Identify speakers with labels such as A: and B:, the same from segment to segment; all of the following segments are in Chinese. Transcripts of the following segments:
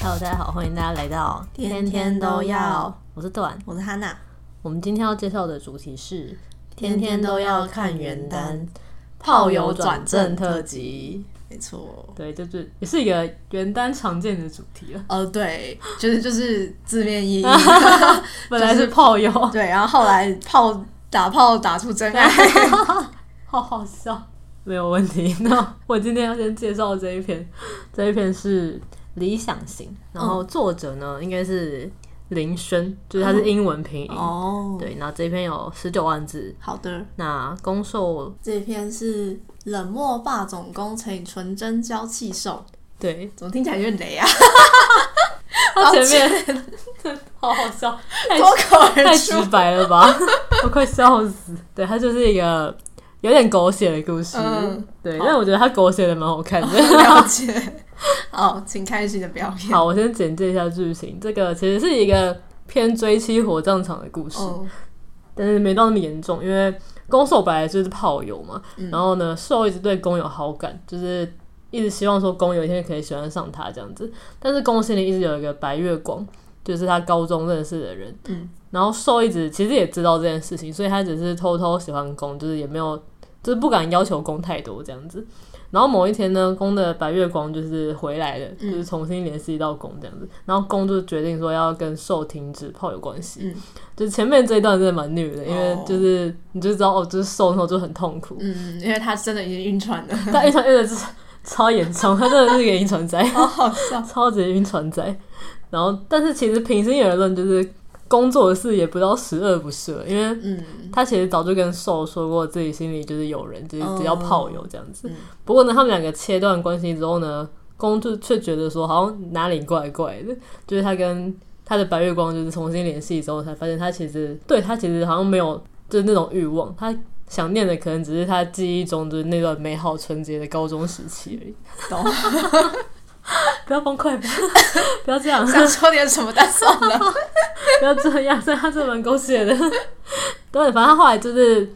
A: Hello，大家好，欢迎大家来到
B: 天天都要，
A: 我是段。
B: 我是哈娜，
A: 我们今天要介绍的主题是
B: 天天都要看原单，
A: 炮
B: 友转正
A: 特辑。
B: 没错。
A: 对，就是也是一个原单常见的主题啊了，
B: 哦，对，就是就是字面 意义，
A: 本来是炮 友，
B: 对，然后后来炮打炮打出真爱，
A: 好好笑，没有问题。那我今天要先介绍这一篇，这一篇是《理想型》，然后作者呢、应该是林轩，就是他是英文拼音。
B: 哦，
A: 对，那这篇有十九万字，
B: 好的，
A: 那攻受
B: 这篇是冷漠霸总攻乘以纯真娇气兽，
A: 对
B: 怎么听起来有点雷啊？
A: 他前面 好好笑，太
B: 脱口而
A: 太
B: 出
A: 直，白了吧， 我快笑死。对，他就是一个有点狗血的故事，
B: 嗯
A: 对，
B: 好
A: 但我觉得他狗血的蛮好看 的。
B: 了解。好，请开始你的表演。
A: 好，我先简介一下剧情，这个其实是一个偏追妻火葬场的故事，
B: 哦，
A: 但是没到那么严重，因为攻受本来就是炮友嘛，
B: 嗯
A: 然后呢，受一直对攻有好感，就是一直希望说攻有一天可以喜欢上他这样子。但是攻心里一直有一个白月光，就是他高中认识的人，
B: 嗯，
A: 然后受一直其实也知道这件事情，所以他只是偷偷喜欢攻，就是也没有就是不敢要求攻太多这样子。然后某一天呢，攻的白月光就是回来了，就
B: 嗯
A: 是重新联系到攻这样子。然后攻就决定说要跟受停止炮友关系。
B: 嗯
A: 就是前面这一段真的蛮虐的，因为
B: 哦
A: 就是、你就知道哦，就是受那种就很痛苦。
B: 嗯，因为他真的已经晕船了，
A: 他晕船晕的是 超严重，他真的是个晕船仔，
B: 好好笑。
A: 超级晕船仔。然后，但是其实平心而论，就是工作的事也不到十恶不赦，因为
B: 嗯
A: 他其实早就跟兽说过自己心里就是有人，就是只要
B: 哦
A: 炮友这样子。
B: 嗯
A: 不过呢，他们两个切断关系之后呢，公就却觉得说好像哪里怪怪的，就是他跟他的白月光就是重新联系之后，才发现他其实对他其实好像没有就是那种欲望，他想念的可能只是他记忆中就是那段美好纯洁的高中时期而已。
B: 懂，
A: 不要崩溃，不要 不要这 样。
B: 想说点什么，但算了。
A: 不要这样，所以他真的蛮狗血的。 对，反正他后来就是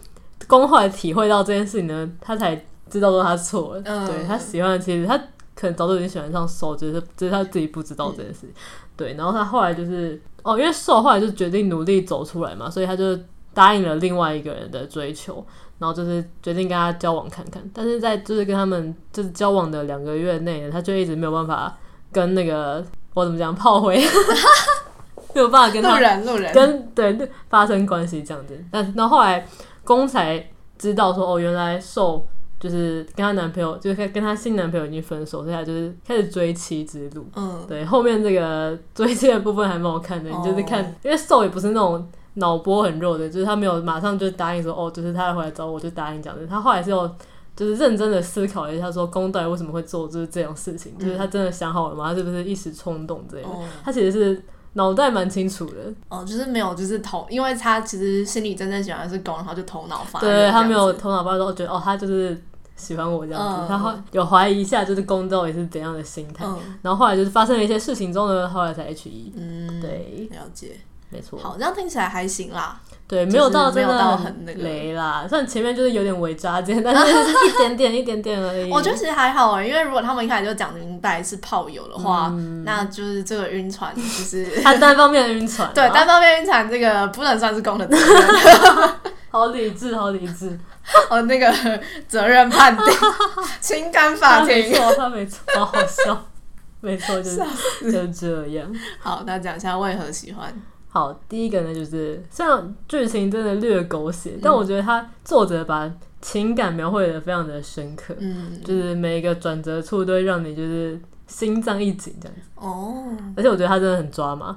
A: 公后来体会到这件事情呢，他才知道说他错了。
B: 嗯
A: 对他喜欢的其实他可能早就已经喜欢上兽，只是只是他自己不知道这件事情。对，然后他后来就是哦，因为兽后来就决定努力走出来嘛，所以他就答应了另外一个人的追求。然后就是决定跟他交往看看，但是在就是跟他们就是交往的两个月内，他就一直没有办法跟那个我怎么讲炮灰， 没有办 法跟他
B: 路人，路人，
A: 跟对发生关系这样子。但是然后后来公才知道说，哦，原来受就是跟她男朋友，就是跟她新男朋友已经分手，所以她就是开始追妻之路。
B: 嗯，
A: 对，后面这个 追妻的部分还蛮好看的，你就是看，
B: 哦
A: 因为受也不是那种脑波很弱的，就是他没有马上就答应说，哦，就是他回来找我就答应这样子。他后来是有就是认真的思考了一下说公到底为什么会做就是这种事情，就是他真的想好了吗？他是不是一时冲动之类的？
B: 嗯哦
A: 他其实是脑袋蛮清楚的，
B: 哦，就是没有，就是头，因为他其实心里真正喜欢的是狗，然后就头脑发热这样
A: 对
B: 子。
A: 他没有头脑发热，我觉得哦，他就是喜欢我这样子，
B: 嗯
A: 他会有怀疑一下，就是公到底是怎样的心态。
B: 嗯
A: 然后后来就是发生了一些事情之后呢，后来才 H 一、
B: 嗯，
A: 对，
B: 了解。
A: 没错，
B: 好，这样听起来还行啦。
A: 对，
B: 就是
A: 没有到
B: 没
A: 真
B: 有
A: 的
B: 到很那个
A: 雷啦，虽然前面就是有点微扎 尖，但是就是一点点一点点而已。
B: 我觉得其实还好啊，因为如果他们一开始就讲明白是炮友的话，
A: 嗯
B: 那就是这个 晕船就是
A: 他单方面的晕船啊，
B: 对单方面晕船这个不能算是公的责任，
A: 好理智，好理智，
B: 哦，那个责任判定，情 感法
A: 他没
B: 庭。
A: 错，他没错，好好笑，没错，就是就是这样。
B: 好，那讲一下为何喜欢。
A: 好，第一个呢，就是虽然剧情真的略狗血，
B: 嗯
A: 但我觉得他作者把情感描绘的非常的深刻，
B: 嗯，
A: 就是每一个转折处都会让你就是心脏一紧这样子。
B: 哦，
A: 而且我觉得他真的很抓马，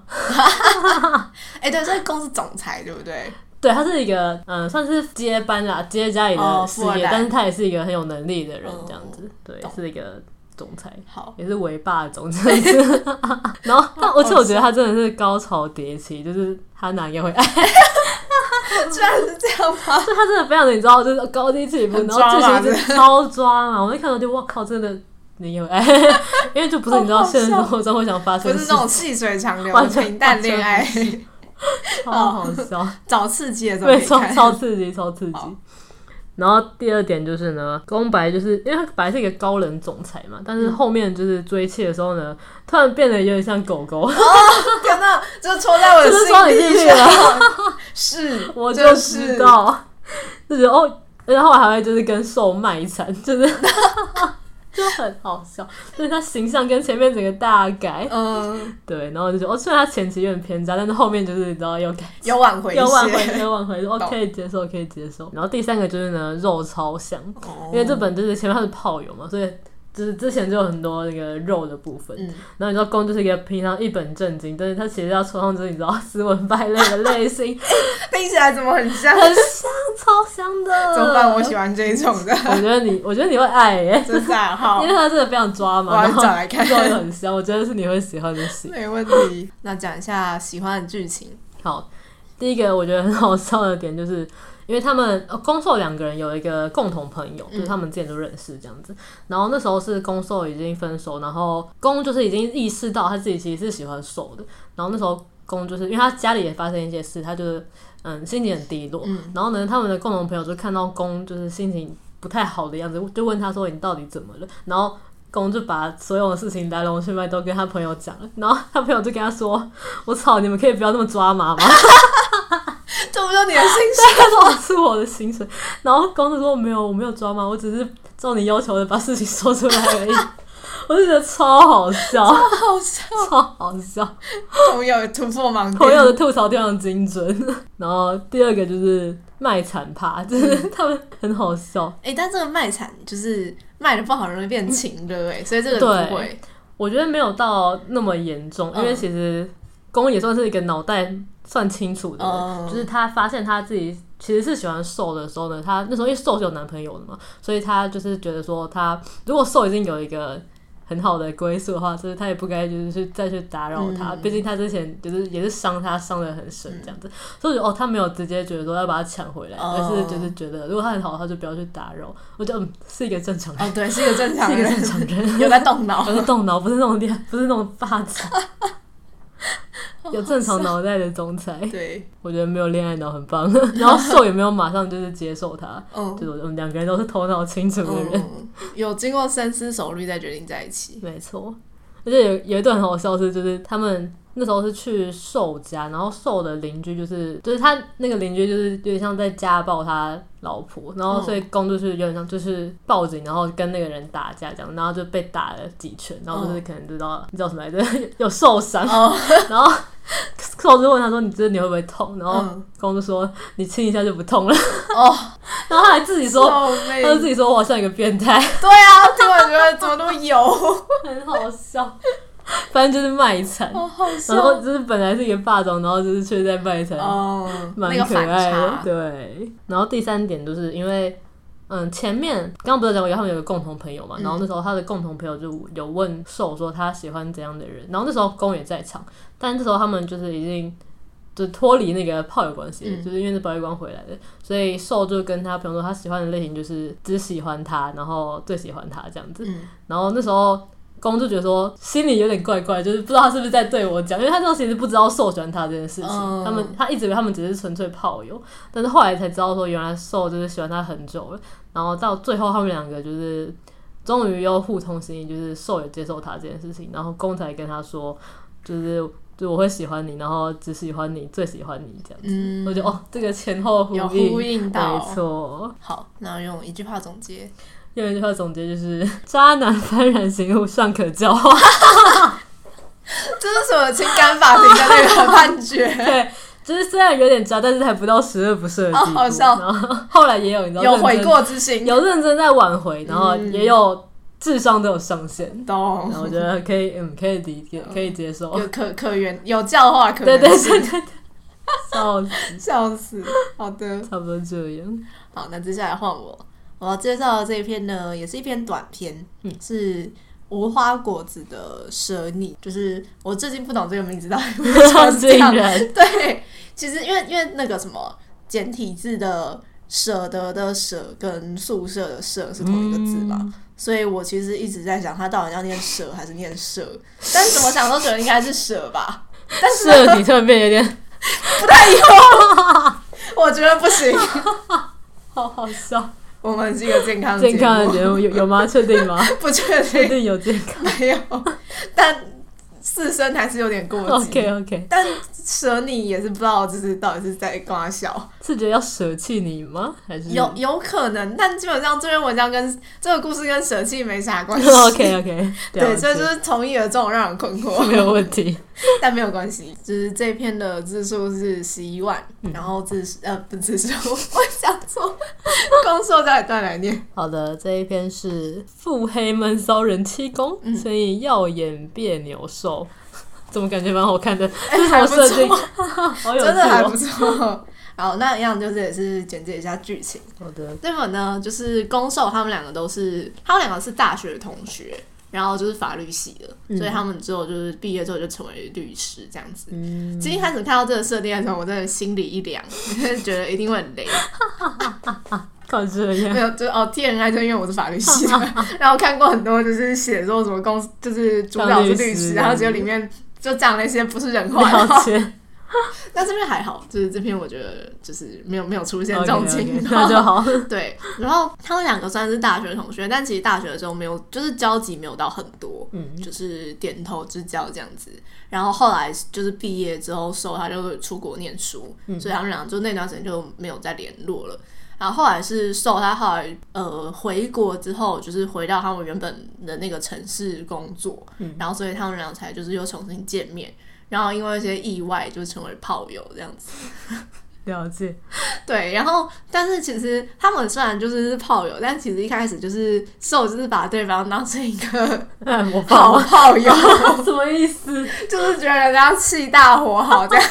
B: 哎、对，所以公是总裁，对不对？
A: 对他是一个嗯，算是接班啦，接家里的
B: 哦
A: 事
B: 富二
A: 业，
B: 代
A: 但是他也是一个很有能力的人
B: 哦
A: 这样子，对，
B: 懂
A: 是一个总裁。
B: 好，
A: 也是围霸总 这样子，然后但而且我觉得他真的是高潮迭 起，就是他哪也会 爱。
B: 居然是这样吗？
A: 就他真的非常的，你知道，就是高低起伏，然后
B: 很抓马
A: 剧情 是超抓嘛。我一看到就哇靠，真的你有爱， 因为就不是你知道
B: 好好笑
A: 现实生活中会想发
B: 不
A: 生的
B: 是
A: 事
B: 那种
A: 情，
B: 细水长流
A: 完
B: 的
A: 全
B: 平淡恋爱，
A: 超好笑，
B: 找刺激的时候
A: 对，
B: 可以
A: 超
B: 看。
A: 超刺激，超刺激
B: 好。
A: 然后第二点就是呢，宫白就是因为他本来是一个高冷总裁嘛，但是后面就是追妻的时候
B: 嗯
A: 呢，突然变得有点像狗
B: 哦
A: 狗，
B: 天哪，这戳在我的
A: 这是说你
B: 心
A: 进
B: 底
A: 去了
B: 上。是，
A: 我
B: 就
A: 就知道，就觉得哦，然后还会就是跟售卖惨，就是 就很好笑，就是他形象跟前面整个大改
B: 是，，嗯，
A: 对，然后就觉得哦，虽然他前期有点偏差，但是后面就是你知道有改。
B: 有挽回一
A: 要挽
B: 些，
A: 回，要挽回，哦，可以接受，可以接受。然后第三个就是呢，肉超香，
B: 哦
A: 因为这本就是前面它是泡友嘛，所以就是之前就有很多那个肉的部分。
B: 嗯
A: 然后你知道公就是一个平常一本正经，但是他其实要抽象就是你知道斯文败类的类型，
B: 听起来怎么很像？
A: 很香，超香的。
B: 怎么办？我喜欢这一种的，
A: 我觉得你，我觉得你会爱耶、
B: 这是暗 号
A: 因为，他真的非常抓
B: 我
A: 嘛，
B: 要
A: 然
B: 去
A: 后
B: 找来看
A: 肉又很香，我觉得是你会喜欢的型。
B: 没问题。那讲一下喜欢的 剧情，
A: 好，第一个我觉得很好笑的点就是， 因为他们呃宫寿两个人有一个共同朋友，就是他们之前就认识这样子。然后那时候是宫寿已经分手，然后宫就是已经意识到他自己其实是喜欢寿的。然后那时候宫就是因为他家里也发生一些事，他就是嗯心情很低落。
B: 嗯
A: 然后呢，他们的共同朋友就看到宫就是心情不太好的样子，就问他说：“你到底怎么了？”然后。宫就把所有的事情来龙去脉都跟他朋友讲了，然后他朋友就跟他说：“我操，你们可以不要那么抓马吗？
B: 这不就你的心声？
A: 他说哦是我的薪水，然后公主说没有，我没有抓马，我只是照你要求的把事情说出来而已。 我就觉得超好笑，
B: 好像
A: 超好笑，
B: 朋友突破盲
A: 朋友
B: 点，
A: 的吐槽非常精准。然后第二个就是卖惨趴，就是他们很好笑。
B: 哎，但这个卖惨就是卖的不好，容易变情了，哎，所以这个
A: 对
B: 不会，
A: 我觉得没有到那么严重，因为
B: 嗯
A: 其实公也算是一个脑袋算清楚的人，
B: 嗯
A: 就是他发现他自己其实是喜欢瘦的时候呢，他那时候因为瘦是有男朋友的嘛，所以他就是觉得说他如果瘦已经有一个。很好的归宿的话，就是他也不该就是去再去打扰他，
B: 嗯
A: 毕、竟他之前就是也是伤他伤的很深这样子，所以我觉得哦，他没有直接觉得说要把他抢回来，
B: 哦
A: 而是就是觉得如果他很好的话，就不要去打扰。我觉得嗯，是一个正常人，
B: 哦，对，是一个正常
A: 是一个正
B: 人，
A: 常人。
B: 有在动脑
A: 不，是动脑，不是那种厉害，不是那种霸气，有正常脑袋的总裁，
B: 对，
A: 我觉得没有恋爱脑很棒。 然后瘦也没有马上就是接受他，
B: 嗯
A: 就是我们两个人都是头脑清楚的人，
B: 嗯，有经过深思熟虑再决定在一起，
A: 没错。而且有有一段很好笑是，就是他们那时候是去瘦家，然后瘦的邻居就是就是他那个邻居就是有点像在家暴他老婆，然后所以公就是有点像就是报警，然后跟那个人打架这样，然后就被打了几拳，然后就是可能知道、你知道什么来着， 有受伤，
B: 哦，
A: 然后 寇就问他说：“你这你会不会痛？”然后
B: 嗯
A: 公就说：“你亲一下就不痛了。
B: 哦，”
A: 然后他还自己说，哦
B: 受
A: 他
B: 累
A: 就自己说：“我好像一个变态，
B: 对啊，突然觉得怎么那么油，
A: 很好笑。”反正就是卖惨，
B: 好好
A: 然后
B: 笑。
A: 就是本来是一个霸总，然后就是却在卖惨，
B: 哦，
A: 啊蛮
B: 那个
A: 可
B: 反
A: 爱的。
B: 差，
A: 对，然后第三点就是因为。嗯，前面刚刚不是讲过他们有个共同朋友嘛，
B: 嗯
A: 然后那时候他的共同朋友就有问寿说他喜欢怎样的人，然后那时候公也在场，但这时候他们就是已经就脱离那个炮友关系了，
B: 嗯
A: 就是因为那炮友关回来的，所以寿就跟他朋友说他喜欢的类型就是只喜欢他，然后最喜欢他这样子，
B: 嗯
A: 然后那时候。公就觉得说心里有点怪怪，就是不知道他是不是在对我讲，因为他那时候其实不知道受喜欢他这件事情，
B: 嗯
A: 他们他一直以为他们只是纯粹炮友，但是后来才知道说原来受就是喜欢他很久了，然后到最后他们两个就是终于又互通心意，就是受也接受他这件事情，然后公才跟他说就是就我会喜欢你，然后只喜欢你，最喜欢你这样子，
B: 嗯，
A: 我觉得哦这个前后呼
B: 有
A: 应，
B: 呼应
A: 没
B: 到。
A: 错。
B: 好，那用一句话总结，
A: 用一句话总结就是：渣男幡然醒悟，尚可教化。
B: 这是什么情感法庭的那个判决？
A: 对，就是虽然有点渣，但是还不到十恶不赦的地步。
B: 哦好笑
A: 然后后来也 有，你知道，
B: 有
A: 认真
B: 悔，过嗯之心，
A: 有认真在挽回，然后也有智商都有上 限。
B: 懂
A: 然，后我觉得可以，嗯，可以理解，可以接受。
B: 有可可原，有教化可
A: 哦对对
B: 能性
A: 对对对，笑死，
B: 笑死。好的，
A: 差不多这样。
B: 好，那接下来换我，我要介绍的这一篇呢，也是一篇短篇，
A: 嗯
B: 是。无花果子的蛇你，就是我至今不懂这个名字到底为什么是这样
A: 竟然
B: 对，其实因为因为那个什么简体字的舍得的舍跟宿舍的舍是同一个字嘛，
A: 嗯
B: 所以我其实一直在想他到底要念舍还是念舍，但是怎么想都觉得应该是舍吧，但是
A: 是你突然变有点，
B: 我觉得不行，
A: 好好笑。
B: 我们是一个健康的
A: 健康的
B: 节
A: 节目有有吗？确定吗？
B: 目不确
A: 确
B: 定
A: 定有健康
B: 没有，但四声还是有点过激。
A: ？OK OK，
B: 但蛇你也是不知道，就是到底是在瓜笑，
A: 是觉得要舍弃你吗？还是
B: 有有可能，但基本上这篇文章跟这个故事跟舍弃没啥关系。
A: OK OK，
B: 对，所以就是从一而终，让人困惑。
A: 没有问题。
B: 但没有关系，就是这篇的字数是十一万，
A: 嗯
B: 然后字呃不字数，我想说， 光说这一段来念，
A: 好的，这一篇是腹黑闷骚人妻宫，
B: 嗯
A: 所以耀眼别扭瘦，怎么感觉蛮好看的？这是什么设定？ 好有趣
B: 真的哎还不
A: 哦！
B: 错。好，那一样就是也是简介一下剧情。
A: 好的，
B: 这本呢，就是攻受他们两个都是，他们两个是大学同学，然后就是法律系的，所以他们之后就是毕业之后就成为律师这样子。
A: 嗯，
B: 其实一开始看到这个设定的时候，我真的心里一凉， 觉得一定会很雷。
A: 靠这样
B: 没。有，就哦，TNI 就因为我是法 律系的，然后看过很多就是写说什么公司就是主角是
A: 当律
B: 律
A: 师啊
B: 师，然后结果里面就讲了一些不是人话的
A: 了
B: 话。
A: 解，
B: 但这边还好，就是这篇我觉得就是没有没有出现这
A: OK，
B: 种
A: OK，
B: 情 况
A: 那就好。
B: 对，然后他们两个虽然是大学同学，但其实大学的时候没有，就是交集没有到很多，
A: 嗯，
B: 就是点头之交这样子。然后后来就是毕业之后，受他就出国念书，所以他们俩就那段时间就没有再联络了。然后后来是受他后来呃回国之后，就是回到他们原本的那个城市工作，然后所以他们俩才就是又重新见面。然后因为一些意外，就成为炮友这样子。
A: 了解。
B: 对，然后但是其实他们虽然就是是炮友，但其实一开始就是受就是把对方当成一个
A: 嗯，我
B: 好
A: 放了，
B: 炮友，
A: 什么意思？
B: 就是觉得人家气大火好 这样。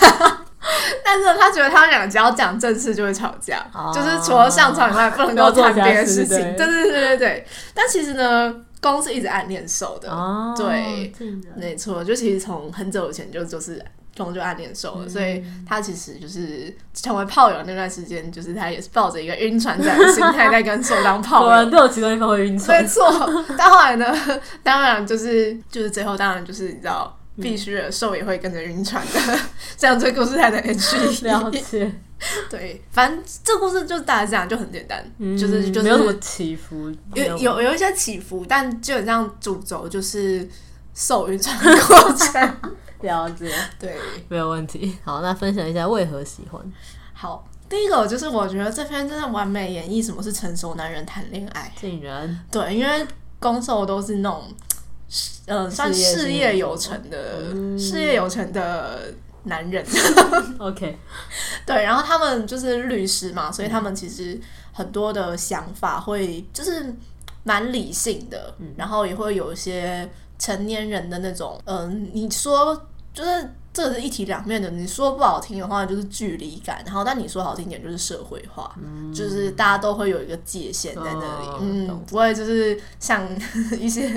B: 但是他觉得他们两个只要讲正事就会吵架，
A: 啊
B: 就是除了上床以外哦不能够谈别的事情。
A: 不要做家事
B: 对对对对对。但其实呢，公是一直暗恋受的，
A: 哦，
B: 对
A: 竟然，
B: 没错，就其实从很久以前就就是终究暗恋受了，所以
A: 嗯
B: 他其实就是成为炮友那段时间，就是他也是抱着一个晕船仔的心态在跟受当炮
A: 果 然
B: 友。
A: 都有其中一方会晕
B: 没
A: 船。
B: 错，但后来呢，当然就是就是最后当然就是你知道。
A: 嗯
B: 必须的，受也会跟着晕船的，这样这个故事才能延续。
A: 了 解，
B: 对，反正这故事就大概这样，就很简单，
A: 嗯
B: 就是就是
A: 没有什么起伏，没
B: 有有有一些起伏，但基本上主轴就是受晕船的 过程。
A: 了解，
B: 对，
A: 没有问题。好，那分享一下为何喜欢？
B: 好，第一个就是我觉得这篇真的完美演绎什么是成熟男人谈恋爱。
A: 竟然
B: 对，因为攻受都是那种，呃，算
A: 事业
B: 事业有成的
A: 嗯
B: 事业有成的男人。
A: OK，
B: 对，然后他们就是律师嘛，
A: 嗯
B: 所以他们其实很多的想法会就是蛮理性的，
A: 嗯
B: 然后也会有一些成年人的那种，嗯、你说就是。这是一体两面的，你说不好听的话就是距离感，然后但你说好听点就是社会化，就是大家都会有一个界限在那里，
A: 嗯哦懂嗯
B: 嗯，不会就是像一些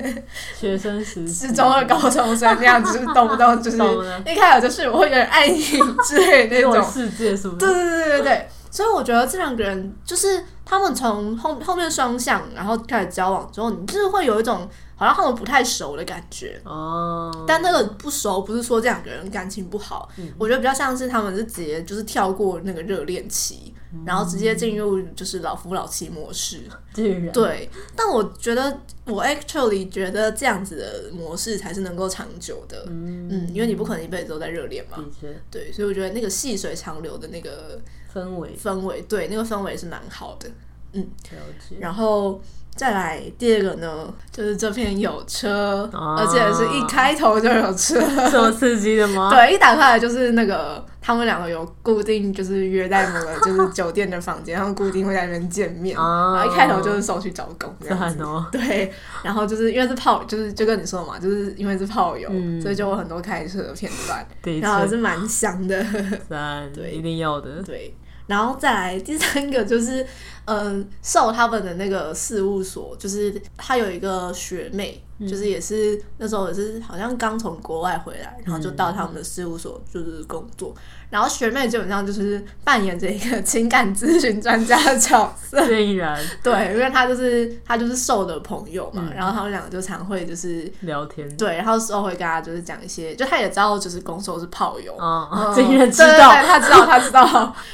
A: 学生时期
B: 是中二高中生那样，就是动不动就是
A: 懂了
B: 一开始就是我会有点爱你之类的
A: 这
B: 那种
A: 种，世界是不
B: 对
A: 是？
B: 对对对对，所以我觉得这两个人就是他们从后后面双向，然后开始交往之后，你就是会有一种好像他们不太熟的感觉。
A: 哦，
B: 但那个不熟不是说这两个人感情不好，我觉得比较像是他们是直接就是跳过那个热恋期，然后直接进入就是老夫老妻模式。
A: 竟然
B: 对，但我觉得我 actually 觉得这样子的模式才是能够长久的。
A: 嗯
B: 嗯，因为你不可能一辈子都在热恋嘛。
A: 的确
B: 对，所以我觉得那个细水长流的那个
A: 氛围
B: 氛围，对，那个氛围是蛮好的。
A: 了解，
B: 然后再来第二个呢，就是这篇有车，
A: 啊
B: 而且是一开头就有车，
A: 这么刺激的吗？
B: 对，一打开来就是那个他们两个有固定就是约在某个就是酒店的房间，他们固定会在那边见面，
A: 啊
B: 然后一开头就是手去找工这样
A: 赞
B: 子。
A: 哦，
B: 对，然后就是因为是炮，就是就跟你说的嘛，就是因为是炮友，
A: 嗯
B: 所以就有很多开车的片段，
A: 的
B: 然后还
A: 确
B: 是蛮香的。
A: 赞，
B: 对
A: 一定要的，
B: 对，然后再来第三个就是，嗯，受他们的那个事务所，就是他有一个学妹，就是也是那时候也是好像刚从国外回来，然后就到他们的事务所就是工作，然后学妹基本上就是扮演着一个 情感咨询专家的角色，
A: 竟然
B: 对，因为她就是她就是受的朋友嘛，
A: 嗯
B: 然后他们两个就常会就是。
A: 聊天
B: 对，然后受会跟他就是讲一些，就他也知道就是攻受是炮友，
A: 啊，
B: 嗯
A: 竟然知
B: 对对
A: 道
B: 对他知道，他知道。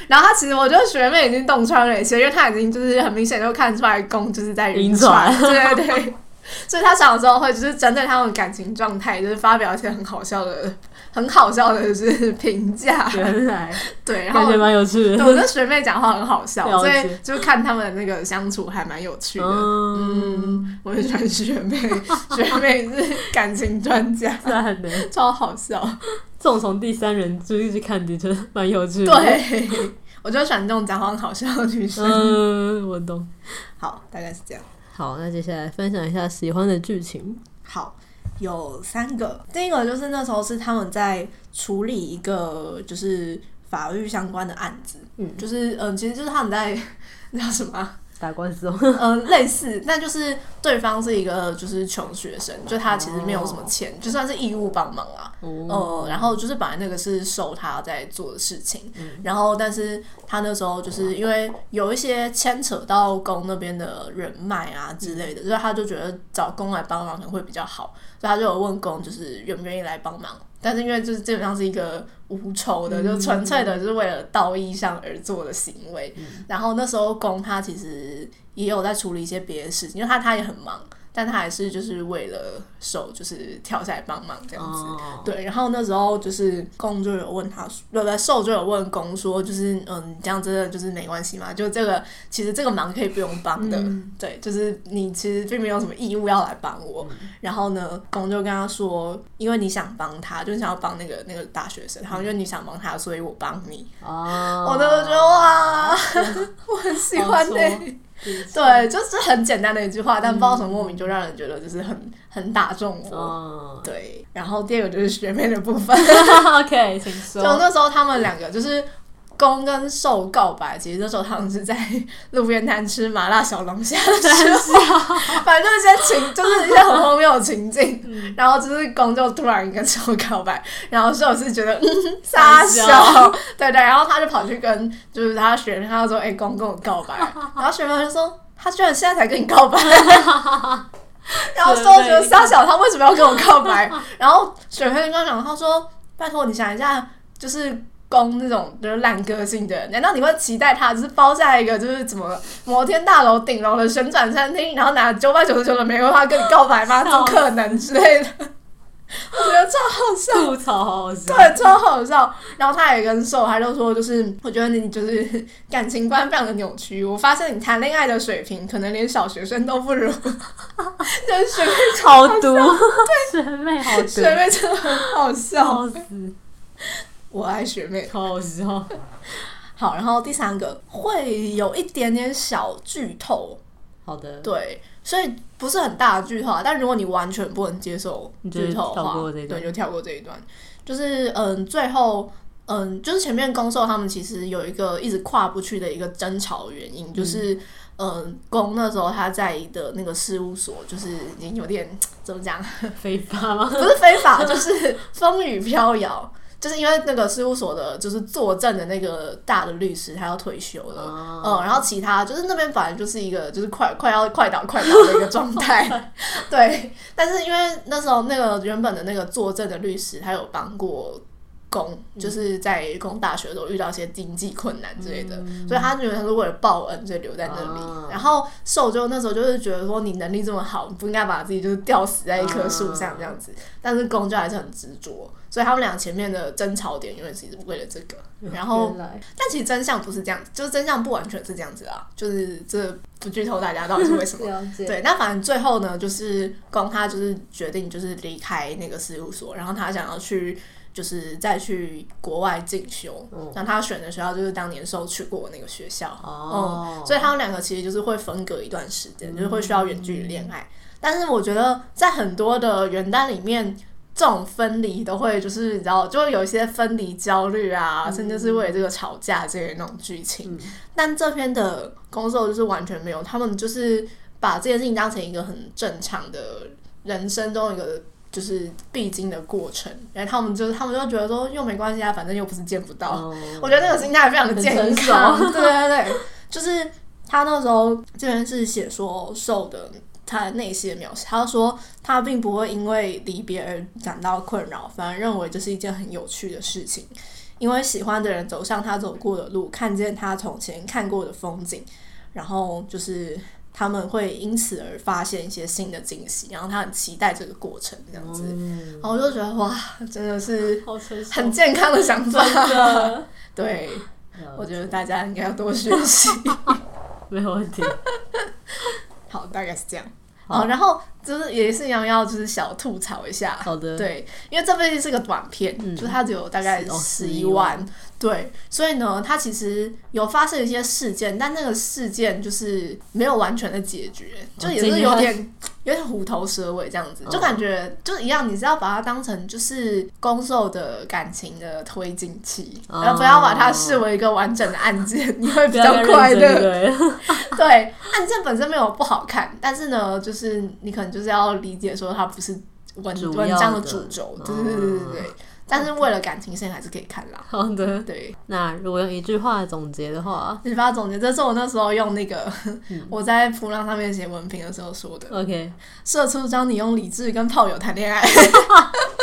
B: 然后他其实，我觉得学妹已经洞穿了一些，因为他已经明就是很明显就看出来公就是在晕
A: 晕船
B: 对对对。 所以他小时候会就是针对他们的感情状态，就是发表一些很好笑的、很好笑的，就是评价。
A: 原来
B: 对，然后
A: 感觉蛮有趣
B: 对
A: 的。
B: 我跟学妹讲话很好笑，
A: 了
B: 所以
A: 解
B: 就看他们的那个相处还蛮有趣的。
A: 嗯，
B: 嗯，我很喜欢学 妹，学妹是感情专家，
A: 赞呢。
B: 超好笑。
A: 这种从第三人就一直看的，确蛮有趣的。，
B: 对，我就喜欢这种讲话很好笑的女生。
A: 嗯，我懂。
B: 好，大概是这样。
A: 好，那接下来分享一下喜欢的剧情。
B: 好，有三个。第一个就是那时候是他们在处理一个就是法律相关的案子，
A: 嗯
B: 就是嗯，其实就是他们在 那叫什么啊、
A: 打官司哦，
B: 嗯，类似，但就是对方是一个就是穷学生，就他其实没有什么钱，就算是义务帮忙啊。呃，然后就是本来那个是受他在做的事情，然后但是他那时候就是因为有一些牵扯到公那边的人脉啊之类的，所以他就觉得找公来帮忙可能会比较好，所以他就有问公就是愿不愿意来帮忙。但是因为就是基本上是一个无酬的，就纯粹的就是为了道义上而做的行为。然后那时候公他其实也有在处理一些别的事情，因为他他也很忙，但他还是就是为了手就是跳下来帮忙这样子。
A: 哦，
B: 对，然后那时候就是公就有问他说，对不对？受就有问公说，就是嗯，这样真的就是没关系嘛？就这个其实这个忙可以不用帮的，对，就是你其实并没有什么义务要来帮我。然后呢，公就跟他说，因为你想帮他，就是想要帮那个那个大学生，然后因为你想帮他，所以我帮你。
A: 哦，
B: 我那时候觉得哇， 我很喜欢
A: 好
B: 呢、
A: 说
B: 对，就是很简单的一句话，但不知道为什么莫名就让人觉得就是很很打中我。
A: 哦
B: 对，然后第二个就是学妹的部分，
A: ，OK，请
B: 就
A: 说。
B: 那时候他们两个就是公跟受告白，其实那时候他们是在路边摊吃麻辣小龙虾的时候， 反正就是一些情就是一些很荒谬的情境， 然后就是公就突然跟受告白，然后受是觉得嗯撒手
A: 傻笑，
B: 对对，然后他就跑去跟就是他学妹，他就说哎、公跟我告白，然后学妹就说他居然现在才跟你告白。然后受觉得傻小，他为什么要跟我告白？然后雪飞就跟他讲，他说：“拜托你想一下，就是攻那种就是烂个性的人，难道你会期待他就是包下一个就是怎么摩天大楼顶楼的旋转餐厅，然后拿九百九十九的玫瑰花跟你告白吗？怎么可能之类的？我觉得超好笑。”
A: 吐槽好好笑，
B: 对，超好笑。然后他也跟瘦，他就说，就是我觉得你就是感情观非常的扭曲。我发现你谈恋爱的水平，可能连小学生都不如。 就是学妹
A: 好毒，学妹好毒，
B: 学妹真的很好笑，
A: 笑死，
B: 我爱学妹。
A: 好好笑。
B: 好，然后第三个会有一点点小剧透，
A: 好的，
B: 对，所以不是很大的剧透啊。但如果你完全不能接受
A: 你就
B: 剧透的
A: 跳
B: 话，
A: 过这一
B: 对，
A: 段
B: 就跳过这一段。就是嗯，最后嗯，就是前面公受他们其实有一个一直跨不去的一个争吵原因，就是嗯，公那时候他在的那个事务所，就是已经有点怎么讲，
A: 非法吗？
B: 不是非法，就是风雨飘摇。就是因为那个事务所的，就是作证的那个大的律师，他要退休了，
A: 哦
B: 嗯，然后其他就是那边本来就是一个就是快快要快倒快倒的一个状态，对。但是因为那时候那个原本的那个作证的律师，他有帮过公，就是在公大学的时候遇到一些经济困难之类的，所以他觉得他是为了报恩，所以留在那里。
A: 啊
B: 然后受就那时候就是觉得说你能力这么好，你不应该把自己就是吊死在一棵树上这样子。但是公就还是很执着，所以他们俩前面的争吵点永远是为了这个。然后
A: 原，来
B: 但其实真相不是这样子，就是真相不完全是这样子啊，就是这不剧透大家到底是为 什么。
A: 了解，
B: 对，那反正最后呢，就是公他就是决定就是离开那个事务所，然后他想要去就是再去国外进修，然后他选的学校就是当年时候去过那个学校，
A: 哦
B: 嗯，所以他们两个其实就是会分隔一段时间，就是会需要远距离恋爱。但是我觉得在很多的原单里面。这种分离都会就是你知道，就会有一些分离焦虑啊，甚至是为了这个吵架之类的那种剧情。但这篇的工作就是完全没有，他们就是把这件事情当成一个很正常的人生中一个就是必经的过程，然后他们就是他们就觉得说又没关系啊，反正又不是见不到。
A: 哦
B: 我觉得那个心态非常的健
A: 很成
B: 康，
A: 熟
B: 对对对，就是他那时候这边是写说受的。他的内心的描写，他说他并不会因为离别而感到困扰，反而认为这是一件很有趣的事情。因为喜欢的人走上他走过的路，看见他从前看过的风景，然后就是他们会因此而发现一些新的惊喜，然后他很期待这个过程这
A: 哦
B: 样子。然后我就觉得哇，真的是
A: 嗯好成熟，
B: 很健康的想法。
A: 真的，
B: 对，我觉得大家应该要多学习。
A: 没有问题。
B: 好，大概是这样。
A: 好
B: 哦，然后就是也是要要就是小吐槽一下，
A: 好的，，
B: 对，因为这部戏是个短片，就它只有大概
A: 是哦
B: 十一
A: 11
B: 万，
A: 万
B: 对，所以呢，它其实有发生一些事件，但那个事件就是没有完全的解决，就也
A: 这
B: 是
A: 个
B: 有点有点虎头蛇尾这样子，就
A: 哦
B: 感觉就一样，你是要把它当成就是攻受的感情的推进器，
A: 哦
B: 而不要把它视为一个完整的 案件，你会
A: 不
B: 比较
A: 要太
B: 快
A: 认真，
B: 乐。
A: 对不对，
B: 对，案件本身没有不好看，但是呢，就是你可能就是要理解说它不是文
A: 主要的
B: 文章的主轴，对对对对对对
A: 嗯
B: 但是为了感情线还是可以看啦。
A: 好的。
B: 对，
A: 那如果用一句话总结的话
B: 你把它总结，这是我那时候用那个
A: 嗯
B: 我在普浪上面写文评的时候说的，
A: ，OK，
B: 社畜教你用理智跟炮友谈恋爱，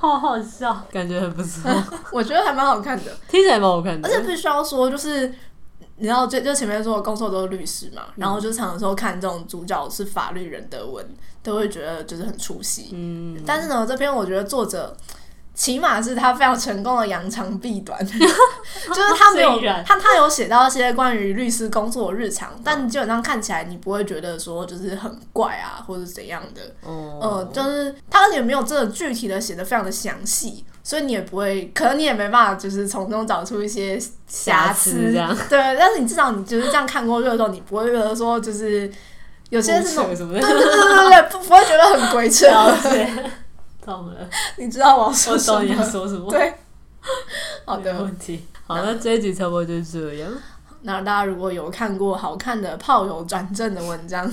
A: 好好笑，感觉很不错，
B: 我觉得还蛮好看的。
A: 听起来蛮好看的
B: 而。且必须要说，就是你知道，就就前面说我工作都是律师嘛，然后就常时候看这种主角是法律人的文，都会觉得就是很出戏。
A: 嗯，
B: 但是呢，这篇我觉得作者起码是他非常成功的扬长避短，就是他没有
A: 虽然
B: 他他有写到一些关于律师工作的日常，但基本上看起来你不会觉得说就是很怪啊或者怎样的，呃
A: 哦，，
B: 就是他也没有真的具体的写的非常的详细，所以你也不会，可能你也没办法就是从中找出一些瑕
A: 瑕
B: 疵，
A: 疵这样
B: 对，但是你至少你就是这样看过热斗，你不会觉得说就是有些呃是那种。啊
A: 扯什么
B: 对
A: 的，
B: 对对对对，不不会觉得很鬼扯，
A: 了解，懂了，
B: 你知道我要 说
A: 我
B: 什
A: 懂你要
B: 么？
A: 说什么。
B: 对，好
A: 没有
B: 的。
A: 问题。好，那这一集差不多就是这样，
B: 那大家如果有看过好看的炮友转正的文章，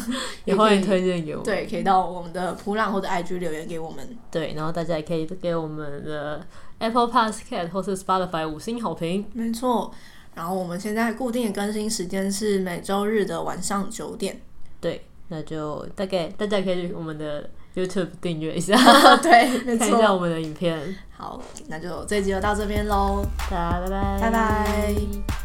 A: 也
B: 可
A: 欢迎
B: 以
A: 推荐给我。
B: 对，可以到我们的普朗或者 IG 留言给我们。
A: 对，然后大家也可以给我们的 Apple Podcast 或是 Spotify 五星好评。
B: 没错。然后我们现在固定的更新时间是每周日的晚上九点。
A: 对，那就大概大家可以去我们的 YouTube 订阅一下，
B: 对， 没
A: 看一
B: 错。
A: 下我们的影片。
B: 好，那就这集就到这边喽。
A: 大家拜拜，
B: 拜拜。